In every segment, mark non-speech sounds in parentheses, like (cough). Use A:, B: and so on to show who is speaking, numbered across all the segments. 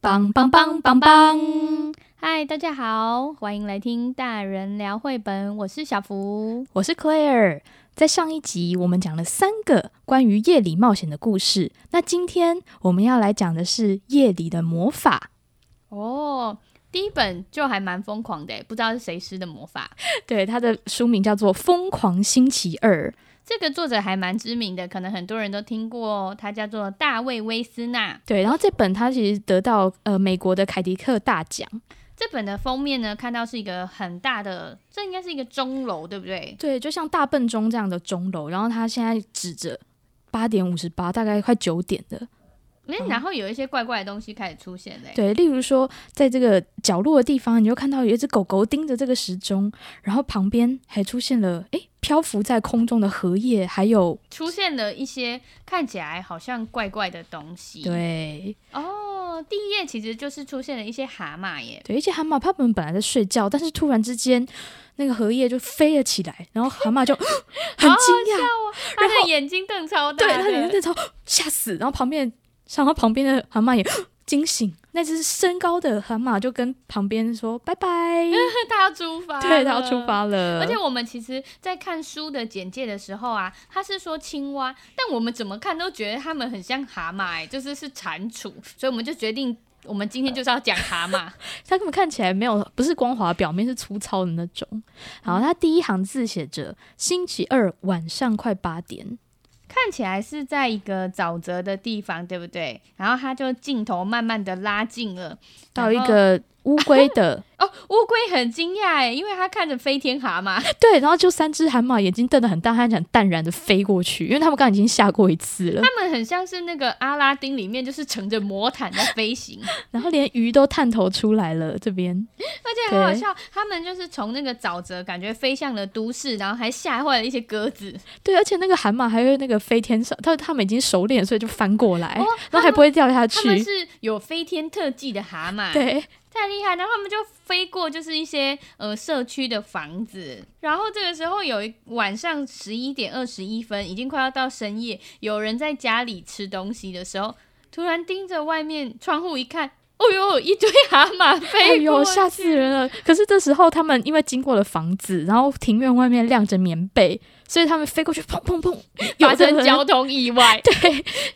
A: 棒棒棒棒棒！嗨，大家好，欢迎来听大人聊绘本，我是小福。
B: 我是 Claire。在上一集我们讲了三个关于夜里冒险的故事，那今天我们要来讲的是夜里的魔法。
A: 哦，第一本就还蛮疯狂的，不知道是谁施的魔法。
B: (laughs) 对，它的书名叫做《疯狂星期二》。
A: 这个作者还蛮知名的，可能很多人都听过，他叫做大卫·威斯纳。
B: 对，然后这本它其实得到呃美国的凯迪克大奖。
A: 这本的封面呢，看到是一个很大的，这应该是一个钟楼，对不对？
B: 对，就像大笨钟这样的钟楼，然后它现在指着八点五十八，大概快九点了。
A: 诶，然后有一些怪怪的东西开始出现嘞。
B: 对，例如说，在这个角落的地方，你就看到有一只狗狗盯着这个时钟，然后旁边还出现了诶漂浮在空中的荷叶，还有
A: 出现了一些看起来好像怪怪的东西。，
B: 对
A: 哦，第一页其实就是出现了一些蛤蟆耶。
B: 对，而且蛤蟆它们本来在睡觉，但是突然之间那个荷叶就飞了起来，然后蛤蟆就 (laughs) 很惊讶，
A: 他
B: 然
A: 的
B: 后
A: 眼睛瞪超大
B: 对，
A: 的，
B: 它脸在朝吓死，然后旁边，然后旁边的蛤蟆也 (gasps) 惊醒，那只身高的蛤蟆就跟旁边说拜拜， (laughs)
A: 他要出发，
B: 对，它要出。发了，
A: 而且我们其实，在看书的简介的时候啊，他是说青蛙，但我们怎么看都觉得它们很像蛤蟆、欸，就是是蟾蜍，所以我们就决定，我们今天就是要讲
B: (laughs)
A: 蛤蟆。
B: 它根本看起来没有，不是光滑，表面是粗糙的那种。
A: 嗯
B: 好，它第一行字写着“星期二晚上快八点
A: 看起来是在一个沼泽的地方，对不对？然后他就镜头慢慢的拉近了，”，
B: 到一
A: 然后
B: 个乌龟
A: (laughs)
B: 的
A: 哦，乌龟很惊讶哎，因为它看着飞天蛤蟆，
B: 对，然后就三只蛤蟆眼睛瞪得很大，它想淡然的飞过去，因为他们刚刚已经下过一次
A: (laughs)
B: 了。
A: 它们很像是那个阿拉丁里面就是乘着魔毯在飞行，
B: 然后连鱼都探头出来了，这边
A: 而且很好笑，他们就是从那个沼泽感觉飞向了都市，然后还吓坏了一些鸽子，
B: 对，而且那个蛤蟆还会那个飞天上，它它们已经熟练，所以就翻过来，
A: 哦
B: 然后还不会掉下
A: 他们
B: 去。
A: 是有飞天特技的蛤蟆，
B: 对，
A: 太厉害！然后他们就飞过，就是一些呃社区的房子。然后这个时候有一晚上十一点二十一分，已经快要到深夜，有人在家里吃东西的时候，突然盯着外面窗户一看，哦呦，一堆蛤蟆
B: 哎
A: 飞过
B: 呦，
A: 去，
B: 吓死人了！可是这时候他们因为经过了房子，然后庭院外面晾着棉被，所以他们飞过去，砰砰砰，有
A: 发
B: 的
A: 生
B: 人
A: 交通意外，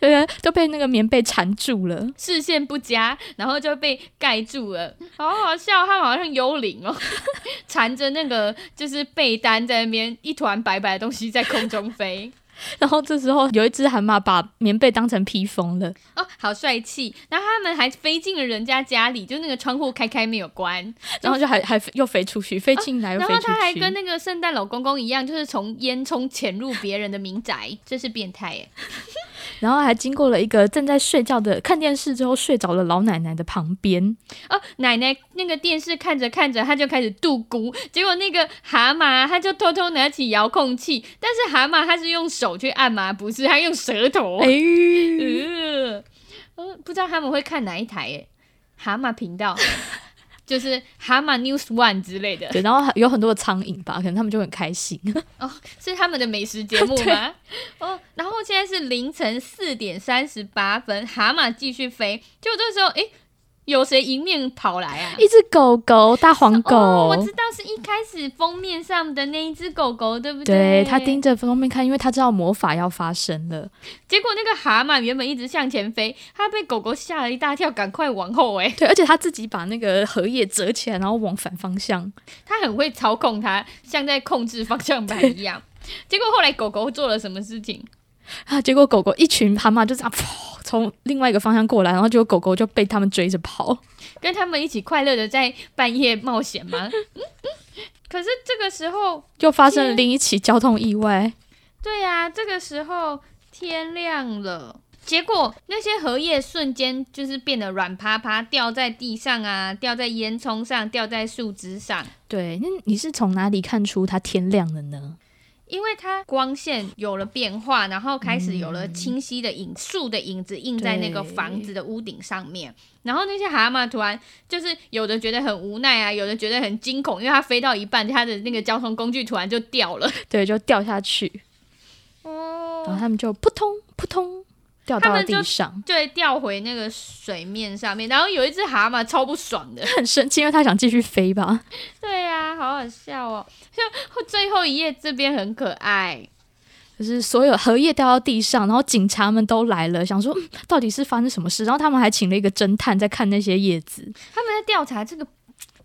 B: 有人都被那个棉被缠住了。
A: 视线不佳，然后就被盖住了，好好笑，他们好像幽灵哦， (laughs) 缠着那个就是被单在那边一团白白的东西在空中飞。
B: 然后这时候有一只蛤蟆把棉被当成披风了，
A: (laughs) 哦，好帅气！然后他们还飞进了人家家里，就那个窗户开开没有关，
B: 然后就还还又飞出去，飞进来又
A: 哦然
B: 飞
A: 后
B: 出去。
A: 他还跟那个圣诞老公公一样，就是从烟囱潜入别人的民宅，真是变态耶！
B: 然后还经过了一个正在睡觉的看电视之后睡着的老奶奶的旁边，
A: 哦，奶奶那个电视看着看着，他就开始度咕，结果那个蛤蟆他就偷偷拿起遥控器，但是蛤蟆他是用手去按吗？不是，他用舌头。 (laughs)
B: 哎，
A: 呃，呃不知道他们会看哪一台耶？蛤蟆频道，就是蛤蟆 News One 之类的。
B: 对，然后还有很多的苍蝇吧，可能他们就很开
A: (laughs)
B: 心。
A: 是他们的美食节目吗？哦，然后现在是凌晨四点三十八分，蛤蟆继续飞，就这时候，诶，有谁迎面跑来啊？
B: 一只狗狗，大黄狗，
A: 哦，我知道是一开始封面上的那一只狗狗，对不
B: 对他
A: 它
B: 盯着封面看，因为他知道魔法要发生了。
A: 结果那个蛤蟆原本一直向前飞，它被狗狗吓了一大跳，赶快往后、哎诶，
B: 对，而且他自己把那个荷叶折起来，然后往反方向。
A: (laughs) 它很会操控它，像在控制方向盘一样。 (laughs) 结果后来狗狗做了什么事情？
B: 啊，结果狗狗一群蛤蟆就这样噗从另外一个方向过来，然后结果狗狗就被他们追着跑。
A: 跟他们一起快乐的在半夜冒险吗？嗯嗯可是这个时候
B: 又发生了另一起交通意外，
A: 对呀、这个时候天亮了，结果那些荷叶瞬间就是变得软趴趴，掉在地上啊，掉在烟囱上，掉在树枝上，
B: 对，那你是从哪里看出它天亮了呢？
A: 因为它光线有了变化，然后开始有了清晰的影，树的影子映在那个
B: 对
A: 房子的屋顶上面。然后那些蛤蟆突然就是有的觉得很无奈啊，有的觉得很惊恐，因为它飞到一半，它的那个交通工具突然就掉了。
B: 对，就掉下去，然后
A: 哦，
B: 他们就扑通扑通，掉
A: 他
B: 到
A: 们
B: 了地
A: 就
B: 上，
A: 对，掉回那个水面上面，然后有一只蛤蟆超不爽 (laughs) 的，
B: 很生气，因为他想继续飞吧。
A: 对呀、好好笑哦。就最后一页这边很可爱，
B: 就是所有荷叶掉到地上，然后警察们都来了，想说、嗯到底是发生什么事，然后他们还请了一个侦探在看那些叶子，
A: 他们在调查这个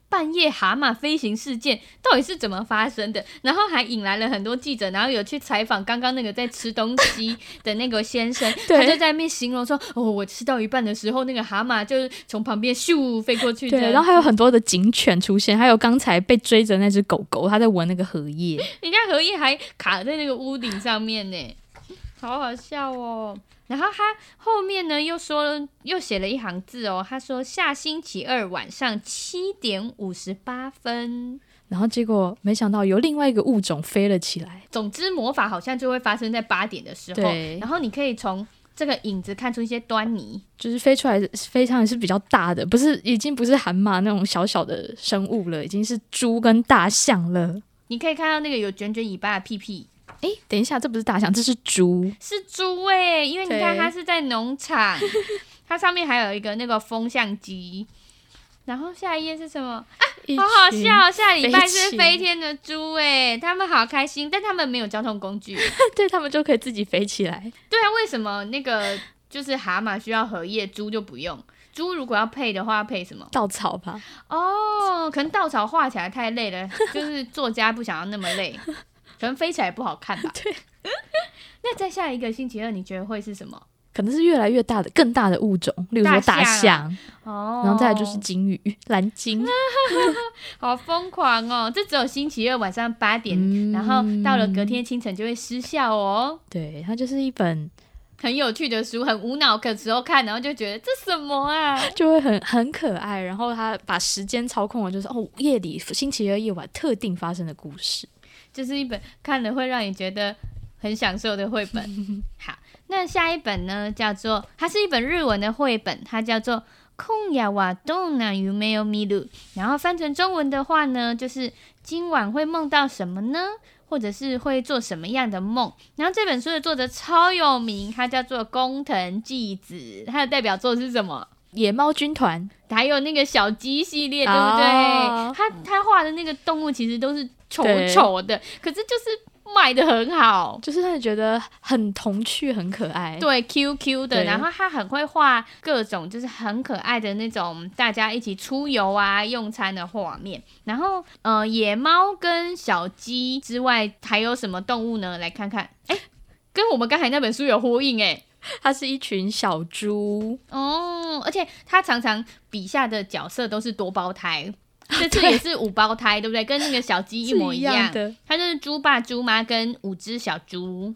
A: 半夜蛤蟆飞行事件到底是怎么发生的，然后还引来了很多记者，然后有去采访刚刚那个在吃东西的那个先 (laughs) 生，他
B: 对
A: 就在那边形容说，哦，我吃到一半的时候，那个蛤蟆就是从旁边咻飞过去，
B: 对，然后还有很多的警犬出现，还有刚才被追着那只狗狗，它在闻那个荷叶。
A: (laughs) 人家荷叶还卡在那个屋顶上面呢，好好笑哦。然后他后面呢又说了，又写了一行字哦，他说下星期二晚上七点五十八分。
B: 然后结果没想到有另外一个物种飞了起来，
A: 总之，魔法好像就会发生在八点的时候
B: 对，
A: 然后你可以从这个影子看出一些端倪。
B: 就是飞出来飞上来是比较大的，不是已经不是海马那种小小的生物了，已经是猪跟大象了。
A: 你可以看到那个有卷卷尾巴的屁屁
B: 诶，等一下，这不是大象，这是猪。
A: 是猪诶、因为你看
B: 对
A: 它是在
B: (laughs)
A: 农场，它上面还有一个那个风向机。然后下一页是什么？
B: 一
A: 好好
B: 群
A: 笑！下礼拜
B: 飞
A: 是
B: 禽
A: 飞天的猪哎，他们好开心，但他们没有交通工具。
B: 对他们就可以自己飞起来。
A: 对啊，为什么那个就是蛤蟆需要荷叶，猪就不用？猪如果要配的话，要配什么？
B: 稻草吧，
A: 哦，可能稻草画起来太累了，就是作家不想要那么累，可能飞起来不好
B: (laughs)
A: 看吧。对。那再下一个星期二，你觉得会是什么？
B: 可能是越来越大的、更大的物种，例如说
A: 大
B: 大
A: 象啊
B: 象，
A: 哦，
B: 然后再来就是鲸鱼、 (laughs) 蓝鲸。
A: 好疯狂哦！这只有星期二晚上八点，
B: 嗯
A: 然后到了隔天清晨就会失效哦。
B: 对，它就是一本
A: 很有趣的书，很无脑的时候看，然后就觉得这什么啊？
B: 就会很很可爱，然后它把时间操控了，就是哦，夜里星期二夜晚特定发生的故事。
A: 就是一本看了会让你觉得很享受的绘本。好，那下一本呢，叫做它是一本日文的绘本，它叫做《空呀瓦动啊有没有迷路》，然后翻成中文的话呢，就是今晚会梦到什么呢？或者是会做什么样的梦？然后这本书的作者超有名，它叫做工藤纪子，它的代表作是什么？
B: 野猫军团，
A: 还有那个小鸡系列，对不对？
B: 哦
A: 他他画的那个动物其实都是丑
B: 对
A: 丑的，可是就是卖的很好，
B: 就是让你觉得很童趣、很可爱。
A: 对 QQ 的。
B: 对
A: 然后他很会画各种就是很可爱的那种大家一起出游啊、用餐的画面。然后呃，野猫跟小鸡之外还有什么动物呢？来看看，哎，跟我们刚才那本书有呼应哎、
B: 它是一群小猪，
A: 哦，而且他常常笔下的角色都是多胞胎，这次也是五胞胎，对不对？跟那个小鸡一模
B: 啊是
A: 一
B: 一
A: 样。
B: 样的。
A: 他就是猪爸、猪妈跟五只小猪，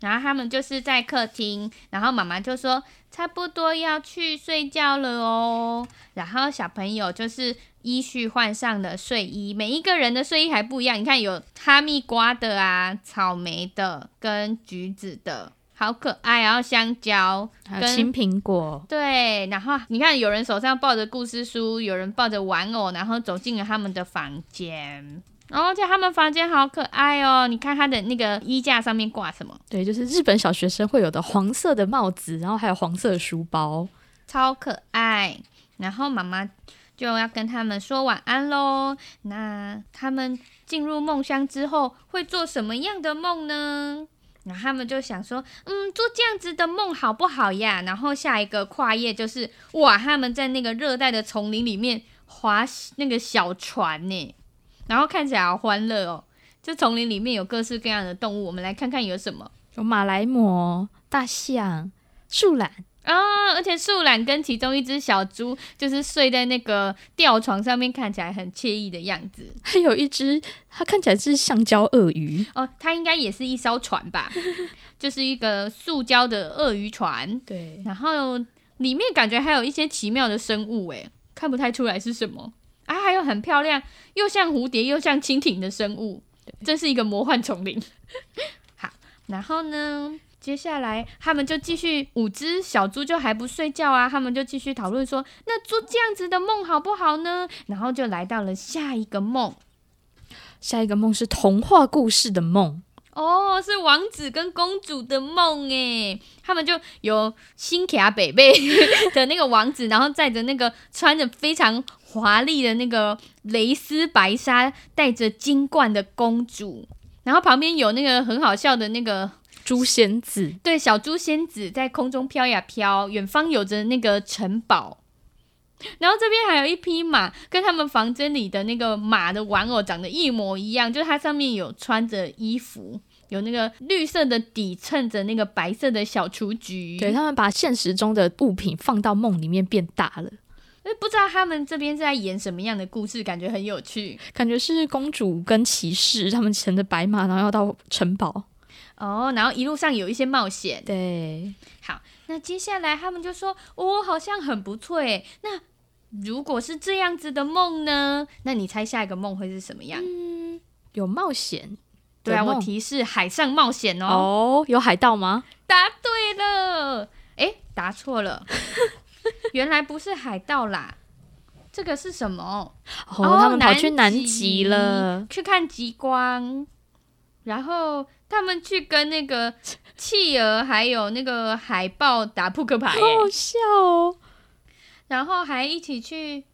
A: 然后他们就是在客厅，然后妈妈就说差不多要去睡觉了哦，然后小朋友就是依序换上了睡衣，每一个人的睡衣还不一样，你看有哈密瓜的啊、草莓的跟橘子的，好可爱，然后香蕉
B: 还有
A: 跟
B: 青苹果，
A: 对，然后你看，有人手上抱着故事书，有人抱着玩偶，然后走进了他们的房间。然后在他们房间好可爱哦！你看他的那个衣架上面挂什么，
B: 对，就是日本小学生会有的黄色的帽子，然后还有黄色的书包。
A: 超可爱。然后妈妈就要跟他们说晚安喽。那他们进入梦乡之后会做什么样的梦呢？然后他们就想说，嗯，做这样子的梦好不好呀？然后下一个跨页就是，哇，他们在那个热带的丛林里面划那个小船呢，然后看起来好欢乐哦。这丛林里面有各式各样的动物，我们来看看有什么
B: 有马来貘、大象、树懒， (laughs)
A: 啊！而且树懒跟其中一只小猪就是睡在那个吊床上面，看起来很惬意的样子。
B: 还有一只，它看起来是橡胶鳄鱼。
A: 哦，它应该也是一艘船吧， (laughs) 就是一个塑胶的鳄鱼船，
B: 对，
A: 然后里面感觉还有一些奇妙的生物，诶，看不太出来是什么啊，还有很漂亮，又像蝴蝶又像蜻蜓的生物，真是一个魔幻丛林。 (laughs) 好，然后呢？接下来，他们就继续五只小猪就还不睡觉啊，他们就继续讨论说，那做这样子的梦好不好呢？然后就来到了下一个梦，
B: 下一个梦是童话故事的梦，
A: 哦，是王子跟公主的梦哎，他们就有新卡北 (laughs) 贝的那个王子，然后载着那个穿着非常华丽的那个蕾丝白纱、戴着金冠的公主，然后旁边有那个很好笑的那个
B: 诛仙子，
A: 对小猪仙子在空中飘呀飘，远方有着那个城堡。然后这边还有一匹马，跟他们房间里的那个马的玩偶长得一模一样，就是它上面有穿着衣服，有那个绿色的底衬着那个白色的小雏菊。
B: 对他们把现实中的物品放到梦里面变大了，
A: 哎不知道他们这边是在演什么样的故事，感觉很有趣
B: 感觉是公主跟骑士他们乘着白马，然后要到城堡。
A: 哦。然后一路上有一些冒险。
B: 对，
A: 好，那接下来他们就说：“哦，好像很不错诶。”那如果是这样子的梦呢？那你猜下一个梦会是什么样？
B: 有冒险。
A: 对啊，
B: 有嗯
A: 我
B: 梦
A: 提示海上冒险哦
B: 哦，有海盗吗？
A: 答对了，诶，答错了， (laughs) 原来不是海盗啦，这个是什么？
B: 哦，他们跑去南极了。，
A: 去看极光，然后他们去跟那个企鹅还有那个海豹打扑克牌、欸诶
B: 好笑哦！
A: 然后还一起去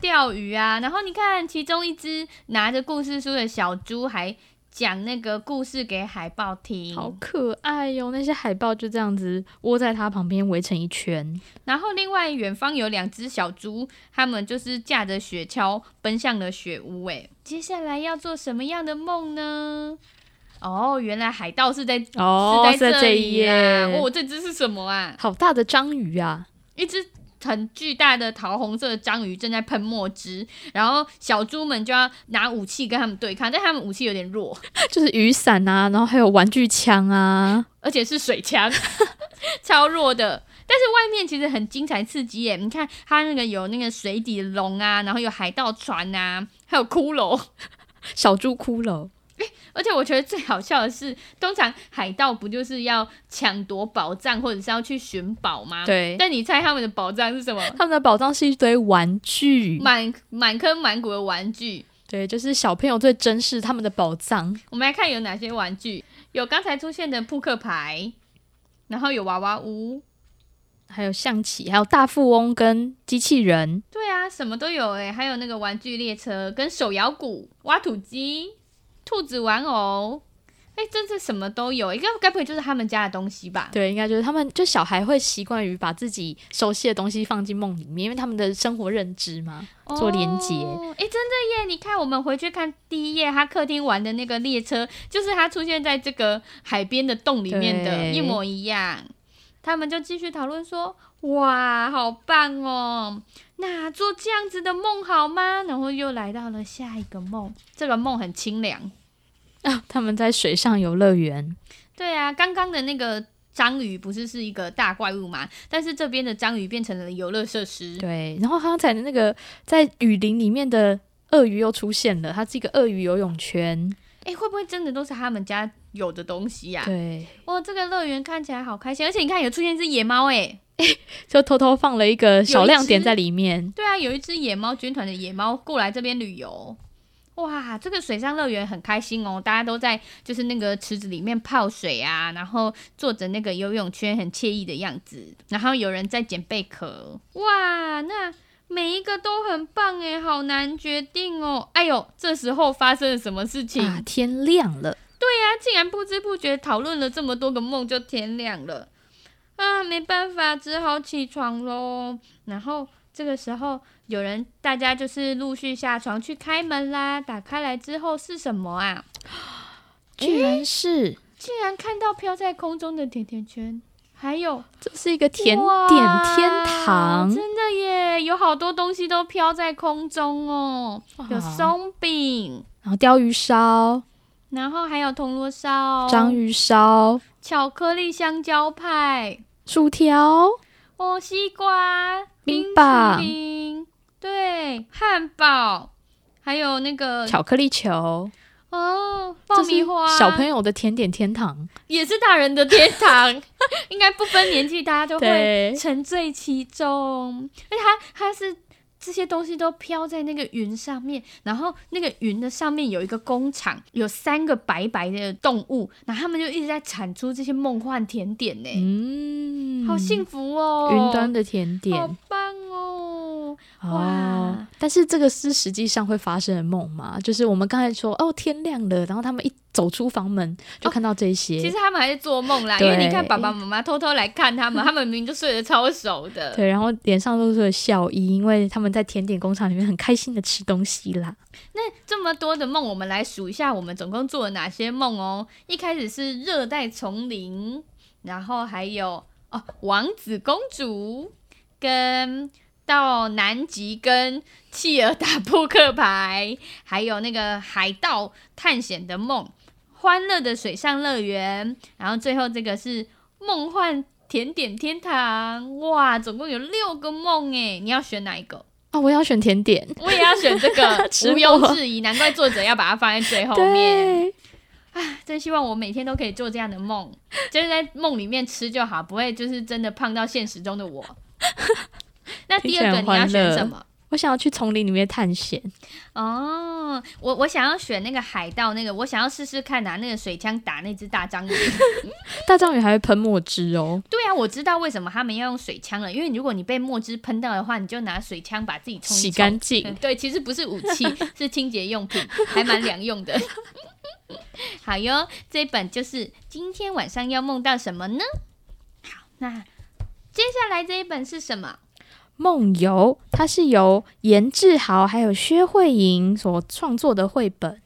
A: 钓鱼啊。然后你看，其中一只拿着故事书的小猪还讲那个故事给海豹听，
B: 好可爱哟、那些海豹就这样子窝在它旁边围成一圈。
A: 然后另外远方有两只小猪，它们就是驾着雪橇奔向了雪屋。哎，接下来要做什么样的梦呢？哦，原来海盗是在、
B: 哦，
A: 是在
B: 这
A: 里
B: 一页
A: 啦。哦，这只是什么啊？
B: 好大的章鱼啊！
A: 一只很巨大的桃红色的章鱼正在喷墨汁，然后小猪们就要拿武器跟他们对抗，但他们武器有点弱，
B: 就是雨伞啊，然后还有玩具枪啊， (laughs)
A: 而且是水枪， (laughs) 超弱的。但是外面其实很精彩刺激耶！你看它那个有那个水底龙啊，然后有海盗船啊，还有骷髅。
B: 小猪骷髅。
A: 而且我觉得最好笑的是，通常海盗不就是要抢夺宝藏或者是要去寻宝吗？。
B: 对，
A: 但你猜他们的宝藏是什么？
B: 他们的宝藏是一堆玩具。
A: 满满坑满谷的玩具。
B: 对，就是小朋友最珍视他们的宝藏。
A: 我们来看有哪些玩具，有刚才出现的扑克牌，然后有娃娃屋，
B: 还有象棋，还有大富翁跟机器人，
A: 对啊，什么都有诶、还有那个玩具列车跟手摇鼓、挖土机、兔子玩偶，哎、真是什么都有、欸，应该该不会就是他们家的东西吧？
B: 对，应该就是他们就小孩会习惯于把自己熟悉的东西放进梦里面，因为他们的生活认知嘛。 (laughs) 做连结
A: 哦哎、真的耶！你看，我们回去看第一页，他客厅玩的那个列车，就是他出现在这个海边的洞里面的，
B: 对
A: 一模一样。他们就继续讨论说：“哇，好棒哦！那做这样子的梦好吗？”然后又来到了下一个梦，这个梦很清凉。
B: 啊，他们在水上游乐园，
A: 对啊，刚刚的那个章鱼不是是一个大怪物嘛？但是这边的章鱼变成了游乐设施。
B: 对，然后刚才的那个在雨林里面的鳄鱼又出现了，它是一个鳄鱼游泳圈，
A: 哎、会不会真的都是他们家有的东西呀、
B: 对，
A: 哇，这个乐园看起来好开心，而且你看有出现一只野猫哎，
B: 就偷偷放了一个小
A: 有一
B: 亮点
A: 只
B: 在里面，
A: 对啊，有一只野猫军团的野猫过来这边旅游，哇，这个水上乐园很开心哦，大家都在就是那个池子里面泡水啊，然后坐着那个游泳圈很惬意的样子，然后有人在捡贝壳，哇，那。每一个都很棒哎，好难决定哦。哎呦，这时候发生了什么事情？
B: 啊，天亮了，
A: 他竟然不知不觉讨论了这么多个梦，就天亮了。啊，没办法，只好起床喽。然后这个时候，有人大家就是陆续下床去开门啦。打开来之后是什么啊？
B: 居然是
A: 竟然看到飘在空中的甜甜圈，还有
B: 这是一个甜点
A: 哇
B: 天堂，
A: 真的耶，有好多东西都飘在空中哦，有
B: 哇
A: 松饼，
B: 然后鲷鱼烧、
A: 然后还有铜锣烧、
B: 章、鱼烧、
A: 巧克力香蕉派。
B: 薯条。
A: 哦，西瓜、
B: 冰
A: 淇
B: 棒
A: 淋，对，汉堡，还有那个
B: 巧克力球、
A: 哦，嗯爆米花，
B: 这是小朋友的甜点天堂，
A: 也是大人的天堂， (laughs) 应该不分年纪，大家都会
B: 对，
A: 沉醉其中。而且它它是这些东西都飘在那个云上面，然后那个云的上面有一个工厂，有三个白白的动物，然后他们就一直在产出这些梦幻甜点呢，
B: 嗯，
A: 好幸福哦！
B: 云端的甜点
A: 好棒哦！
B: 哦
A: 哇，
B: 但是这个是实际上会发生的梦吗？就是我们刚才说哦，天亮了，然后他们一走出房门就看到这些，
A: 其实他们还是做梦啦，因
B: 对
A: 为你看爸爸妈妈偷偷来看他们，他们明明就睡得超熟的。
B: 对，然后脸上露出了笑意，因为他们在甜点工厂里面很开心的吃东西啦。
A: 这么多的梦，我们来数一下，我们总共做了哪些梦哦。一开始是热带丛林，然后还有哦王子公主，跟到南极跟企鹅打扑克牌， (laughs) 还有那个海盗探险的梦，欢乐的水上乐园，然后最后这个是梦幻甜点天堂。哇，总共有六个梦诶，你要选哪一个？
B: 哦，我要选甜点，
A: 我也要选这个，
B: (laughs) 吃
A: 毋庸置疑，难怪作者要把它放在最后面。
B: 对，
A: 真希望我每天都可以做这样的梦，就是在梦里面吃就好，不会就是真的胖到现实中的
B: (laughs)
A: 我。那第
B: 听起来
A: 二个你要
B: 很欢乐
A: 选什么？
B: 我想要去丛林里面探险。
A: 哦，我我想要选那个海盗那个，我想要试试看拿那个水枪打那只大章鱼。 (laughs)
B: 大章鱼还会喷墨汁哦，
A: 对啊，我知道为什么他们要用水枪了，因为如果你被墨汁喷到的话，你就拿水枪把自己冲一
B: 洗
A: 冲
B: 干净
A: 嗯。对，其实不是武器，是清洁用品，还蛮良用的。 (laughs) 好哟，这本就是今天晚上要梦到什么呢？好，那接下来这一本是什么？
B: 梦游，它是由严志豪还有薛慧莹所创作的绘本。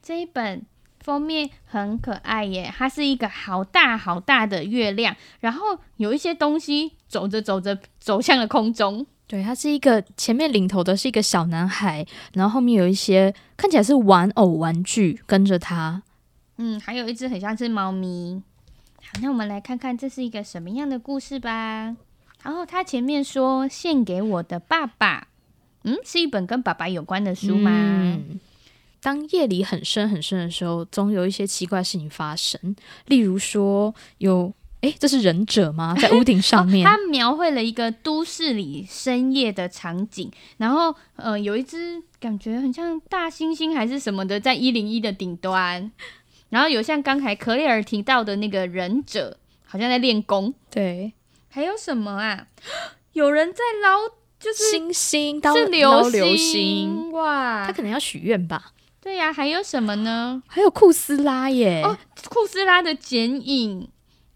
A: 这一本封面很可爱耶，它是一个好大好大的月亮，然后有一些东西走着走着走向了空中。
B: 对，它是一个前面领头的是一个小男孩，然后后面有一些看起来是玩偶玩具跟着他。
A: 嗯，还有一只很像是猫咪。好，那我们来看看这是一个什么样的故事吧。然后他前面说献给我的爸爸，嗯，是一本跟爸爸有关的书吗？
B: 嗯当夜里很深很深的时候，总有一些奇怪的事情发生，例如说有。诶，这是忍者吗？在屋顶上
A: (laughs)
B: 面，
A: 他哦描绘了一个都市里深夜的场景，然后呃，有一只感觉很像大猩猩还是什么的，在一零一的顶端，然后有像刚才克雷尔提到的那个忍者，好像在练功，
B: 对，
A: 还有什么啊？有人在捞，就是
B: 星星刀
A: 是
B: 捞
A: 流啊
B: 流星，他
A: 哇！
B: 可能要许愿吧。
A: 对呀、还有什么呢？
B: 还有库斯拉耶，
A: 哦库斯拉的剪影，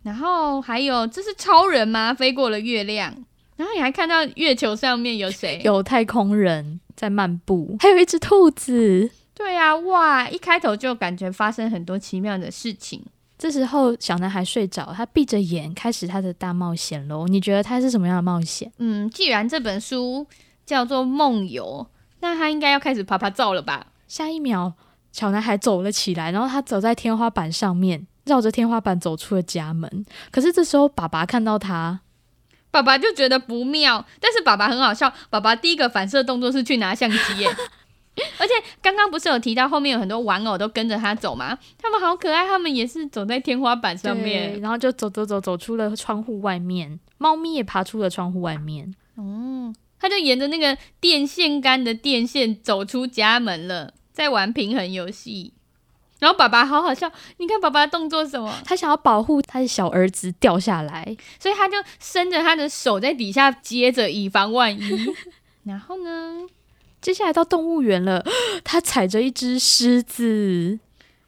A: 然后还有这是超人吗？飞过了月亮，然后你还看到月球上面有谁？
B: 有太空人在漫步，还有一只兔子。
A: 对呀、哇！一开头就感觉发生很多奇妙的事情。
B: 这时候，小男孩睡着，他闭着眼开始他的大冒险喽。你觉得他是什么样的冒险？
A: 嗯，既然这本书叫做《梦游》，那他应该要开始爬爬照了吧？
B: 下一秒，小男孩走了起来，然后他走在天花板上面，绕着天花板走出了家门。可是这时候，爸爸看到他，
A: 爸爸就觉得不妙，但是爸爸很好笑。爸爸第一个反射动作是去拿相机
B: (laughs)
A: 耶，而且刚刚不是有提到后面有很多玩偶都跟着他走吗？他们好可爱，他们也是走在天花板上
B: 对
A: 面。
B: 然后就走走走走出了窗户外面，猫咪也爬出了窗户外面。
A: 嗯，他就沿着那个电线杆的电线走出家门了，在玩平衡游戏。然后爸爸好好笑，你看爸爸动作什么？
B: 他想要保护他的小儿子掉下来，
A: 所以他就伸着他的手在底下接着，以防万一。
B: (laughs)
A: 然后呢？
B: 接下来到动物园了，他踩着一只狮子，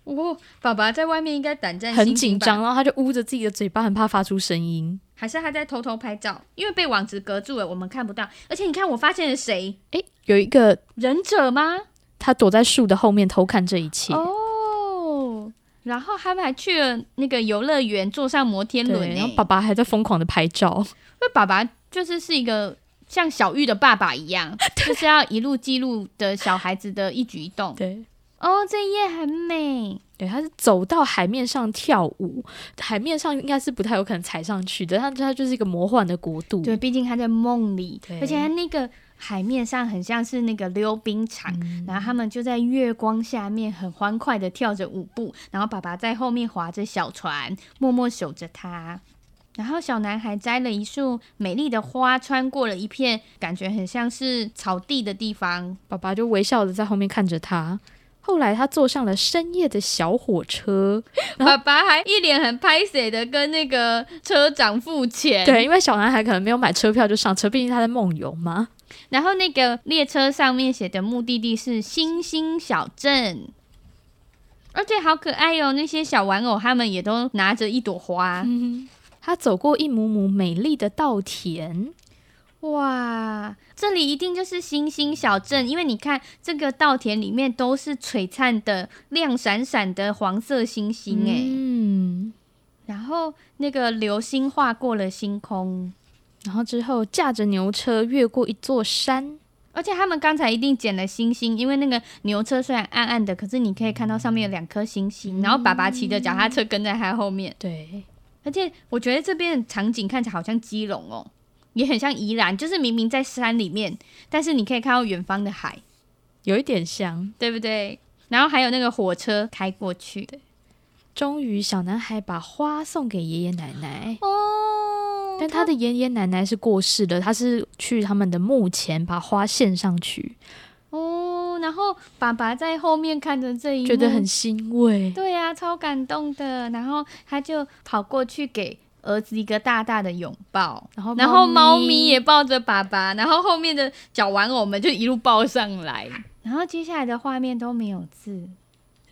A: 哦，爸爸在外面应该胆战心
B: 很
A: 惊
B: 紧
A: 吧
B: 张，然后他就捂着自己的嘴巴，很怕发出声音。
A: 还是他在偷偷拍照，因为被网子隔住了，我们看不到。而且你看，我发现了谁？
B: 诶，有一个
A: 忍者吗？
B: 他躲在树的后面偷看这一切，
A: 哦，然后他们还去了那个游乐园，坐上摩天欸轮
B: 对，然
A: 呢
B: 后。爸爸还在疯狂的拍照，
A: 因为爸爸就是是一个像小玉的爸爸一样，就是要一路记录的小孩子的一举一动。
B: 对。
A: (laughs) 哦，这一页很美。
B: 对，他是走到海面上跳舞，海面上应该是不太有可能踩上去的，他他就是一个魔幻的国度。
A: 对，毕竟他在梦里
B: 对，
A: 而且他那个海面上很像是那个溜冰场，然后他们就在月光下面很欢快的跳着舞步，然后爸爸在后面划着小船，默默守着他。然后小男孩摘了一束美丽的花，穿过了一片感觉很像是草地的地方。
B: 爸爸就微笑的在后面看着他。后来他坐上了深夜的小火车，然
A: 爸爸还一脸很拍谁的跟那个车长付钱。
B: 对，因为小男孩可能没有买车票就上车，毕竟他在梦游嘛。
A: 然后那个列车上面写的目的地是星星小镇，而且好可爱哦！那些小玩偶他们也都拿着一朵花，
B: 他走过一亩亩美丽的稻田，
A: 哇，这里一定就是星星小镇，因为你看这个稻田里面都是璀璨的、亮闪闪的黄色星星哎、
B: 嗯，
A: 然后那个流星划过了星空，
B: 然后之后驾着牛车越过一座山，
A: 而且他们刚才一定捡了星星，因为那个牛车虽然暗暗的，可是你可以看到上面有两颗星星。然后爸爸骑着脚踏车跟在他后面，
B: 对，
A: 而且我觉得这边的场景看起来好像基隆哦，也很像宜兰，就是明明在山里面，但是你可以看到远方的海，
B: 有一点像。
A: 对不对？然后还有那个火车开过去，
B: 终于，小男孩把花送给爷爷奶奶，
A: 哦
B: 但他的爷爷奶奶是过世的，他是去他们的墓前把花献上去，
A: 哦，然后爸爸在后面看着这一幕，
B: 觉得很欣慰。
A: 对呀、超感动的。然后他就跑过去给儿子一个大大的拥抱，
B: 然后，
A: 然后哦猫咪也抱着爸爸，然后后面的小玩偶们就一路抱上来。然后接下来的画面都没有字，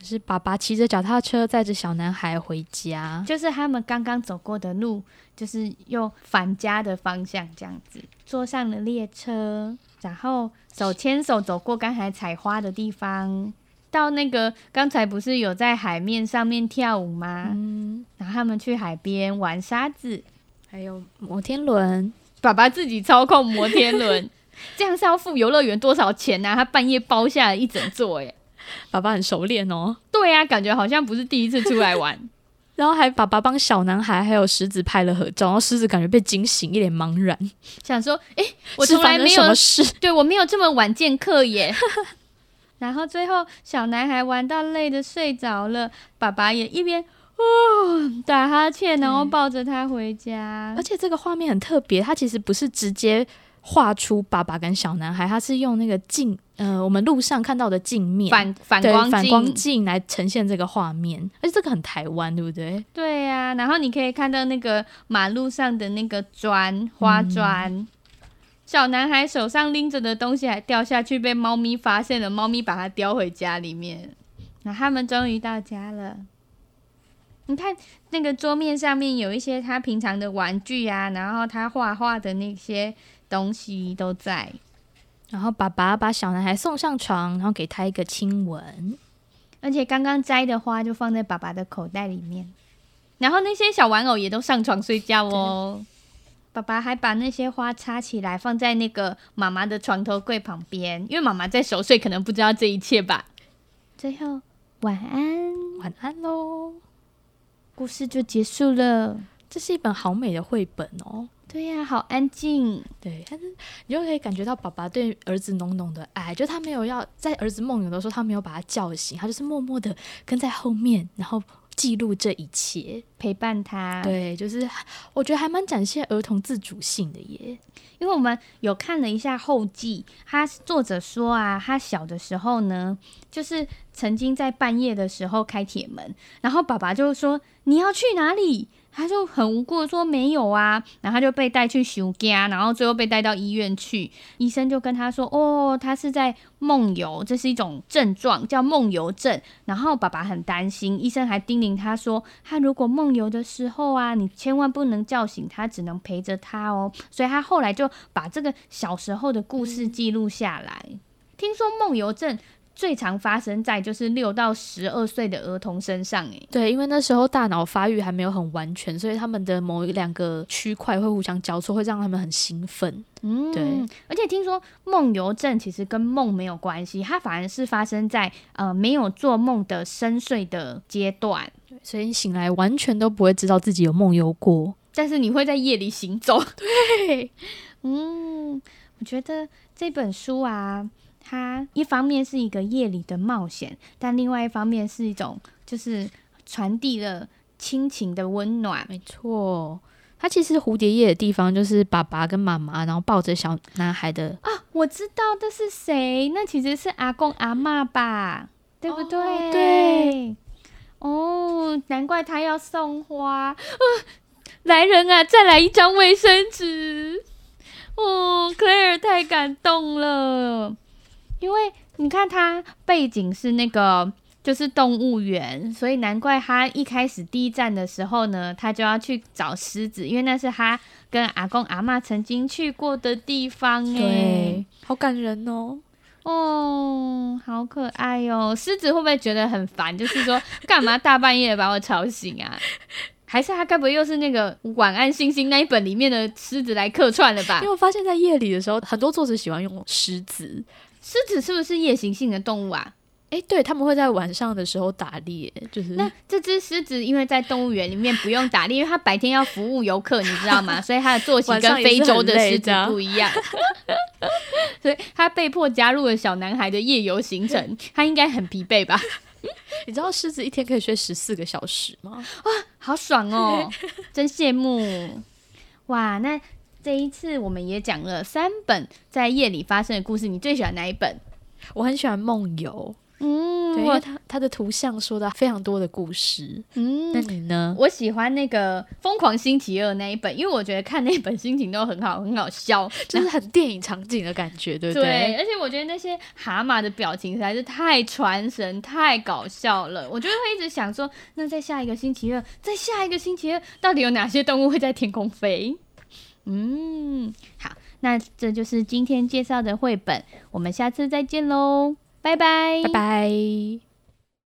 B: 就是爸爸骑着脚踏车载着小男孩回家，
A: 就是他们刚刚走过的路，就是又返家的方向这样子，坐上了列车，然后手牵手走过刚才采花的地方，到那个刚才不是有在海面上面跳舞吗？
B: 嗯，
A: 然后他们去海边玩沙子，
B: 还有摩天轮，
A: 爸爸自己操控摩天轮， (laughs) 这样是要付游乐园多少钱呢、他半夜包下了一整座，哎，
B: 爸爸很熟练哦。
A: 对啊，感觉好像不是第一次出来玩。 (laughs)
B: 然后还爸爸帮小男孩还有狮子拍了合照，然后狮子感觉被惊醒，一脸茫然，
A: 想说，哎、我
B: 是
A: 从来
B: 发生
A: 没
B: 什
A: 有
B: 么，事？
A: 对我没有这么晚见客耶。 (laughs) 然后最后，小男孩玩到累的睡着了，爸爸也一边哦打哈欠，然后抱着他回家
B: 嗯而。且这个画面很特别，它其实不是直接画出爸爸跟小男孩，它是用那个镜，呃，我们路上看到的镜面
A: 反反
B: 对
A: 光
B: 反
A: 镜，
B: 光镜来呈现这个画面，而且这个很台湾，对不对？
A: 对呀、然后你可以看到那个马路上的那个砖花砖，小男孩手上拎着的东西还掉下去，被猫咪发现了，猫咪把它叼回家里面。那他们终于到家了。你看那个桌面上面有一些他平常的玩具啊，然后他画画的那些东西都在。
B: 然后爸爸把小男孩送上床，然后给他一个亲吻。
A: 而且刚刚摘的花就放在爸爸的口袋里面，然后那些小玩偶也都上床睡觉哦。爸爸还把那些花插起来，放在那个妈妈的床头柜旁边，因为妈妈在熟睡，可能不知道这一切吧。最后，晚安，
B: 晚安喽！
A: 故事就结束了。
B: 这是一本好美的绘本哦。
A: 对呀、好安静。
B: 对，但是你就可以感觉到爸爸对儿子浓浓的爱，就他没有要在儿子梦游的时候，他没有把他叫醒，他就是默默的跟在后面，然后记录这一切。
A: 陪伴他，，
B: 对，就是我觉得还蛮展现儿童自主性的耶。
A: 因为我们有看了一下后记，他作者说啊，他小的时候呢，就是曾经在半夜的时候开铁门，然后爸爸就说你要去哪里？他就很无辜的说没有啊，然后他就被带去休假，然后最后被带到医院去，医生就跟他说哦，他是在梦游，这是一种症状叫梦游症。然后爸爸很担心，医生还叮咛他说，他如果梦游的时候啊，你千万不能叫醒他，只能陪着他哦。所以他后来就把这个小时候的故事记录下来。听说梦游症最常发生在就是六到十二岁的儿童身上，欸诶，
B: 对，因为那时候大脑发育还没有很完全，所以他们的某一两个区块会互相交错，会让他们很兴奋。
A: 嗯，
B: 对。
A: 而且听说梦游症其实跟梦没有关系，它反而是发生在呃没有做梦的深睡的阶段，
B: 所以你醒来完全都不会知道自己有梦游过。
A: 但是你会在夜里行走。 (laughs) 对，嗯，我觉得这本书啊，它一方面是一个夜里的冒险，但另外一方面是一种就是传递了亲情的温暖。
B: 没错，它其实蝴蝶叶的地方就是爸爸跟妈妈，然后抱着小男孩的，
A: 啊，我知道那是谁，那其实是阿公阿嬷吧，对不对？
B: 哦对。
A: 哦，难怪他要送花啊！来人啊，再来一张卫生纸。哦，克莱尔太感动了，因为你看他背景是那个就是动物园，所以难怪他一开始第一站的时候呢，他就要去找狮子，因为那是他跟阿公阿嬷曾经去过的地方哎。，
B: 好感人哦。
A: 哦，好可爱哦！狮子会不会觉得很烦？就是说，干嘛大半夜把我吵醒啊？还是他该不会又是那个《晚安星星》那一本里面的狮子来客串了吧
B: 因为？我发现，在夜里的时候，很多作者喜欢用狮子，
A: 狮子是不是夜行性的动物啊？
B: 哎，对他们会在晚上的时候打猎，就是
A: 那这只狮子因为在动物园里面不用打猎，因为它白天要服务游客，你知道吗？所以它的作息
B: 晚上
A: 跟
B: 也
A: 非
B: 是
A: 洲
B: 很
A: 的
B: 累
A: 狮
B: 这
A: 子
B: 样
A: 不一样， (laughs) 所以它被迫加入了小男孩的夜游行程，它应该很疲惫吧？
B: (laughs) 你知道狮子一天可以睡十四个小时吗？
A: 好爽
B: (laughs)
A: 哦，真羡慕！哇，那这一次我们也讲了三本在夜里发生的故事，你最喜欢哪一本？
B: 我很喜欢梦游，对，
A: 嗯
B: 因为
A: 我
B: 它它的图像说到非常多的故事。那
A: 嗯，
B: 你呢？
A: 我喜欢那个《疯狂星期二》那一本，因为我觉得看那本心情都很好，很
B: (laughs)
A: 好笑。
B: 就是很电影场景的感觉，对不
A: 对，而且我觉得那些蛤蟆的表情实在是太传神、太搞笑了。我就会一直想说，那在下一个星期二，在下一个星期二，到底有哪些动物会在天空飞？嗯，好，那这就是今天介绍的绘本，我们下次再见喽，拜拜，
B: 拜拜。